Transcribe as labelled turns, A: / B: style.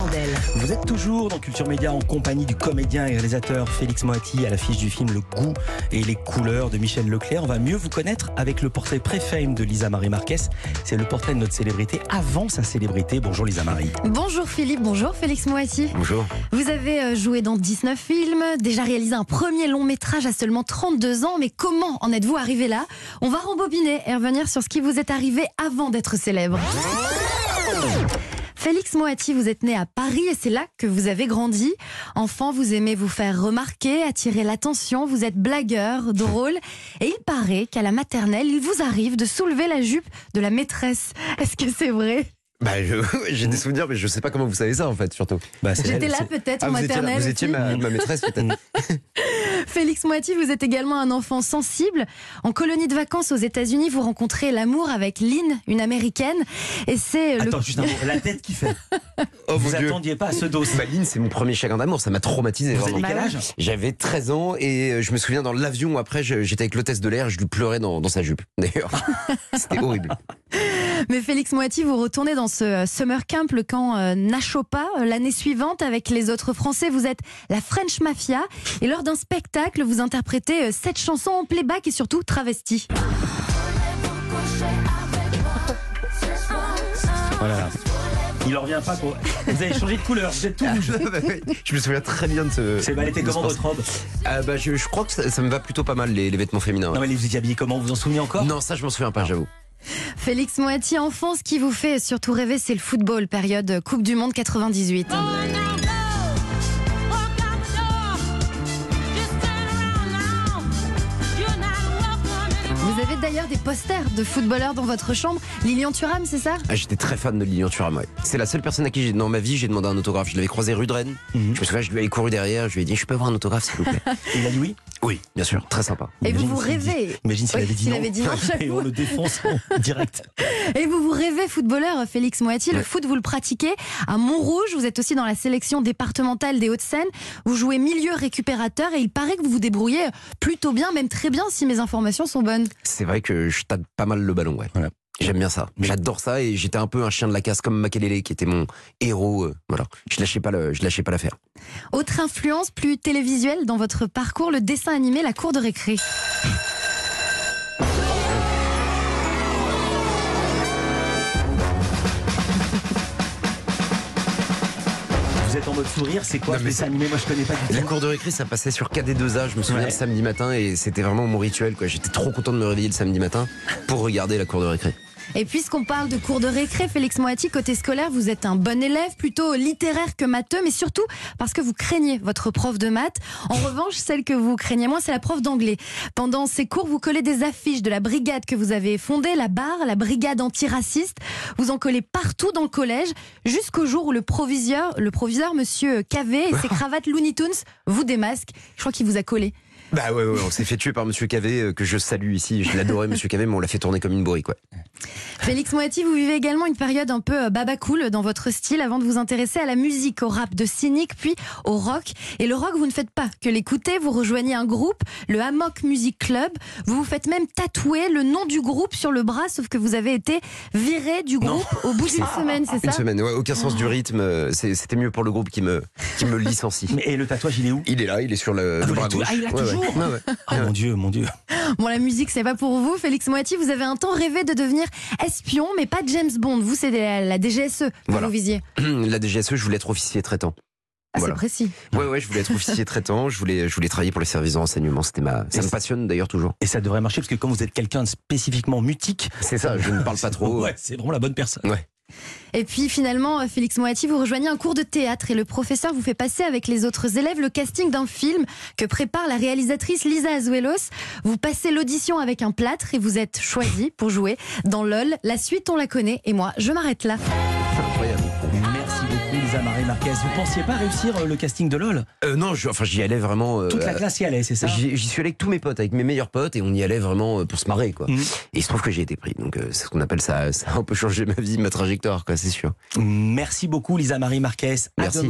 A: Bordel.
B: Vous êtes toujours dans Culture Média en compagnie du comédien et réalisateur Félix Moati à l'affiche du film Le goût et les couleurs de Michel Leclerc. On va mieux vous connaître avec le portrait pré-fame de Lisa Marie Marquez. C'est le portrait de notre célébrité avant sa célébrité. Bonjour Lisa Marie.
A: Bonjour Philippe, bonjour Félix Moati.
C: Bonjour.
A: Vous avez euh, joué dans 19 films, déjà réalisé un premier long métrage à seulement 32 ans, mais comment en êtes-vous arrivé là On va rembobiner et revenir sur ce qui vous est arrivé avant d'être célèbre. Félix Moati, vous êtes né à Paris et c'est là que vous avez grandi. Enfant, vous aimez vous faire remarquer, attirer l'attention, vous êtes blagueur, drôle. Et il paraît qu'à la maternelle, il vous arrive de soulever la jupe de la maîtresse. Est-ce que c'est vrai
C: Bah, je- j'ai des souvenirs, mais je sais pas comment vous savez ça en fait, surtout.
B: Bah, c'est-
A: J'étais là
B: c'est-
A: peut-être en
C: Ah, vous étiez, là,
A: maternelle.
C: vous étiez
A: aussi.
C: ma, ma maîtresse peut-être.
A: Félix Moiti, vous êtes également un enfant sensible. En colonie de vacances aux États-Unis, vous rencontrez l'amour avec Lynn, une américaine. Et c'est euh, le.
B: Attends, juste un mot. La tête qui fait.
C: Oh
B: vous
C: mon Dieu.
B: attendiez pas à ce dos.
C: Bah, Lynn, c'est mon premier chagrin d'amour, ça m'a traumatisé.
B: Vous
C: vraiment.
B: avez quel
A: Bah ouais.
B: âge
C: J'avais 13 ans et euh, je me souviens dans l'avion après, je- j'étais avec l'hôtesse de l'air, je lui pleurais dans, dans sa jupe d'ailleurs. C'était horrible.
A: Mais Félix Moiti, vous retournez dans ce euh, summer camp, le camp euh, Nachopa, euh, l'année suivante avec les autres Français. Vous êtes la French Mafia. Et lors d'un spectacle, vous interprétez euh, cette chanson en playback et surtout travesti.
B: Voilà. Il en revient pas. Pour... Vous avez changé de couleur. Vous êtes tout rouge.
C: je me souviens très bien de ce.
B: C'est bah, elle était
C: de ce
B: comment votre
C: passage.
B: robe
C: Ah, bah, je, je crois que ça, ça me va plutôt pas mal les, les vêtements féminins. ouais.
B: Non mais vous étiez habillé comment Vous vous en souvenez encore
C: non, ça je m'en souviens pas, j'avoue.
A: Félix Moiti, enfant, ce qui vous fait surtout rêver, c'est le football, période euh, Coupe du Monde 98. Vous avez d'ailleurs des posters de footballeurs dans votre chambre. Lilian Thuram, c'est ça
C: Ah, j'étais très fan de Lilian Thuram. ouais. C'est la seule personne à qui j'ai dans ma vie j'ai demandé un autographe. Je l'avais croisé rue de Rennes.
B: Mhm.
C: Je me souviens, je lui avais couru derrière. Je lui ai dit, je peux avoir un autographe s'il vous plaît.
B: Et il a dit oui.
C: oui, bien sûr, très sympa.
A: Et vous
B: Imagine
A: vous
B: s'il dit-
A: rêvez.
B: Imagine s'il
A: Oui,
B: avait dit
A: s'il
B: non.
A: avait dit non,
B: et on
A: j'avoue.
B: le défonce en direct.
A: Et vous vous rêvez footballeur, Félix Moati. Le foot, vous le pratiquez à Montrouge. Vous êtes aussi dans la sélection départementale des Hauts-de-Seine. Vous jouez milieu récupérateur et il paraît que vous vous débrouillez plutôt bien, même très bien, si mes informations sont bonnes.
C: C'est vrai que je tape pas mal le ballon, ouais.
B: Voilà.
C: J'aime bien ça. J'adore ça et j'étais un peu un chien de la casse comme Makelele qui était mon héros. euh, voilà, je lâchais pas le, je lâchais pas l'affaire.
A: Autre influence plus télévisuelle dans votre parcours, le dessin animé La Cour de récré.
B: Vous êtes en mode sourire. C'est quoi
C: Non,
B: ce
C: mais
B: dessin
C: c'est-
B: animé Moi je connais pas du
C: La
B: tout.
C: cour de récré, ça passait sur KD2A. Je me souviens
B: Ouais.
C: le samedi matin et c'était vraiment mon rituel. Quoi, j'étais trop content de me réveiller le samedi matin pour regarder la cour de récré.
A: Et puisqu'on parle de cours de récré, Félix Moati, côté scolaire, vous êtes un bon élève, plutôt littéraire que matheux, mais surtout parce que vous craignez votre prof de maths. En revanche, celle que vous craignez moins, c'est la prof d'anglais. Pendant ces cours, vous collez des affiches de la brigade que vous avez fondée, la barre, la brigade antiraciste. Vous en collez partout dans le collège, jusqu'au jour où le proviseur, le proviseur, monsieur Cavé, et ses cravates Looney Tunes vous démasquent. Je crois qu'il vous a collé.
C: Bah ouais, ouais, on s'est fait tuer par Monsieur Cavé euh, que je salue ici. Je l'adorais Monsieur Cavé, mais on l'a fait tourner comme une bourrique. Quoi.
A: Félix Moati, vous vivez également une période un peu euh, baba cool dans votre style avant de vous intéresser à la musique, au rap de Cynic, puis au rock. Et le rock, vous ne faites pas que l'écouter, vous rejoignez un groupe, le Hammock Music Club. Vous vous faites même tatouer le nom du groupe sur le bras, sauf que vous avez été viré du groupe au bout d'une semaine, c'est
C: Ah, Une
A: ça
C: semaine, ouais, aucun sens du rythme. euh, c'est- C'était mieux pour le groupe qui me, qui me licencie.
B: Mais- Et le tatouage il est où
C: Il est là, il est sur le,
B: Ah,
C: le
B: vous
C: bras
B: l'avez
C: gauche.
B: tou- ah, il l'a
C: Ouais, ouais.
B: toujours
C: Ouais, ouais.
B: Oh mon dieu, mon dieu.
A: Bon, la musique, c'est pas pour vous. Félix Moati, vous avez un temps rêvé de devenir espion, mais pas James Bond. Vous, c'est la, la DGSE E, que
C: Voilà.
A: vous visiez.
C: la DGSE, E, je voulais être officier traitant.
A: Ah,
C: Voilà.
A: C'est précis.
C: Ouais, ouais, je voulais être officier traitant. Je voulais, je voulais travailler pour les services de renseignement. C'était ma, ça
B: Et
C: me
B: c'est-
C: passionne d'ailleurs toujours.
B: Et ça devrait marcher parce que quand vous êtes quelqu'un de spécifiquement mutique,
C: C'est ça, je ne parle pas trop.
B: Ouais, c'est vraiment la bonne personne.
A: Et puis finalement, euh, Félix Moati, vous rejoignez un cours de théâtre et le professeur vous fait passer avec les autres élèves le casting d'un film que prépare la réalisatrice Lisa Azuelos. Vous passez l'audition avec un plâtre et vous êtes choisi pour jouer dans LOL. La suite, on la connaît et moi, je m'arrête là.
C: Incroyable.
B: Merci beaucoup Lisa Marie Marquez. Vous pensiez pas réussir euh, le casting de LOL
C: Euh, non, je- enfin, j'y allais vraiment. euh,
B: Toute la
C: euh,
B: classe y allait, c'est ça
C: J'y j'y suis allé avec tous mes potes, avec mes meilleurs potes, et on y allait vraiment euh, pour se marrer, quoi.
B: Mhm.
C: Et il se trouve que j'ai été pris, donc euh, c'est ce qu'on appelle ça. Ça a un peu changé ma vie, ma trajectoire, quoi, c'est sûr.
B: Merci beaucoup Lisa Marie Marquez. À
C: Merci.
B: demain.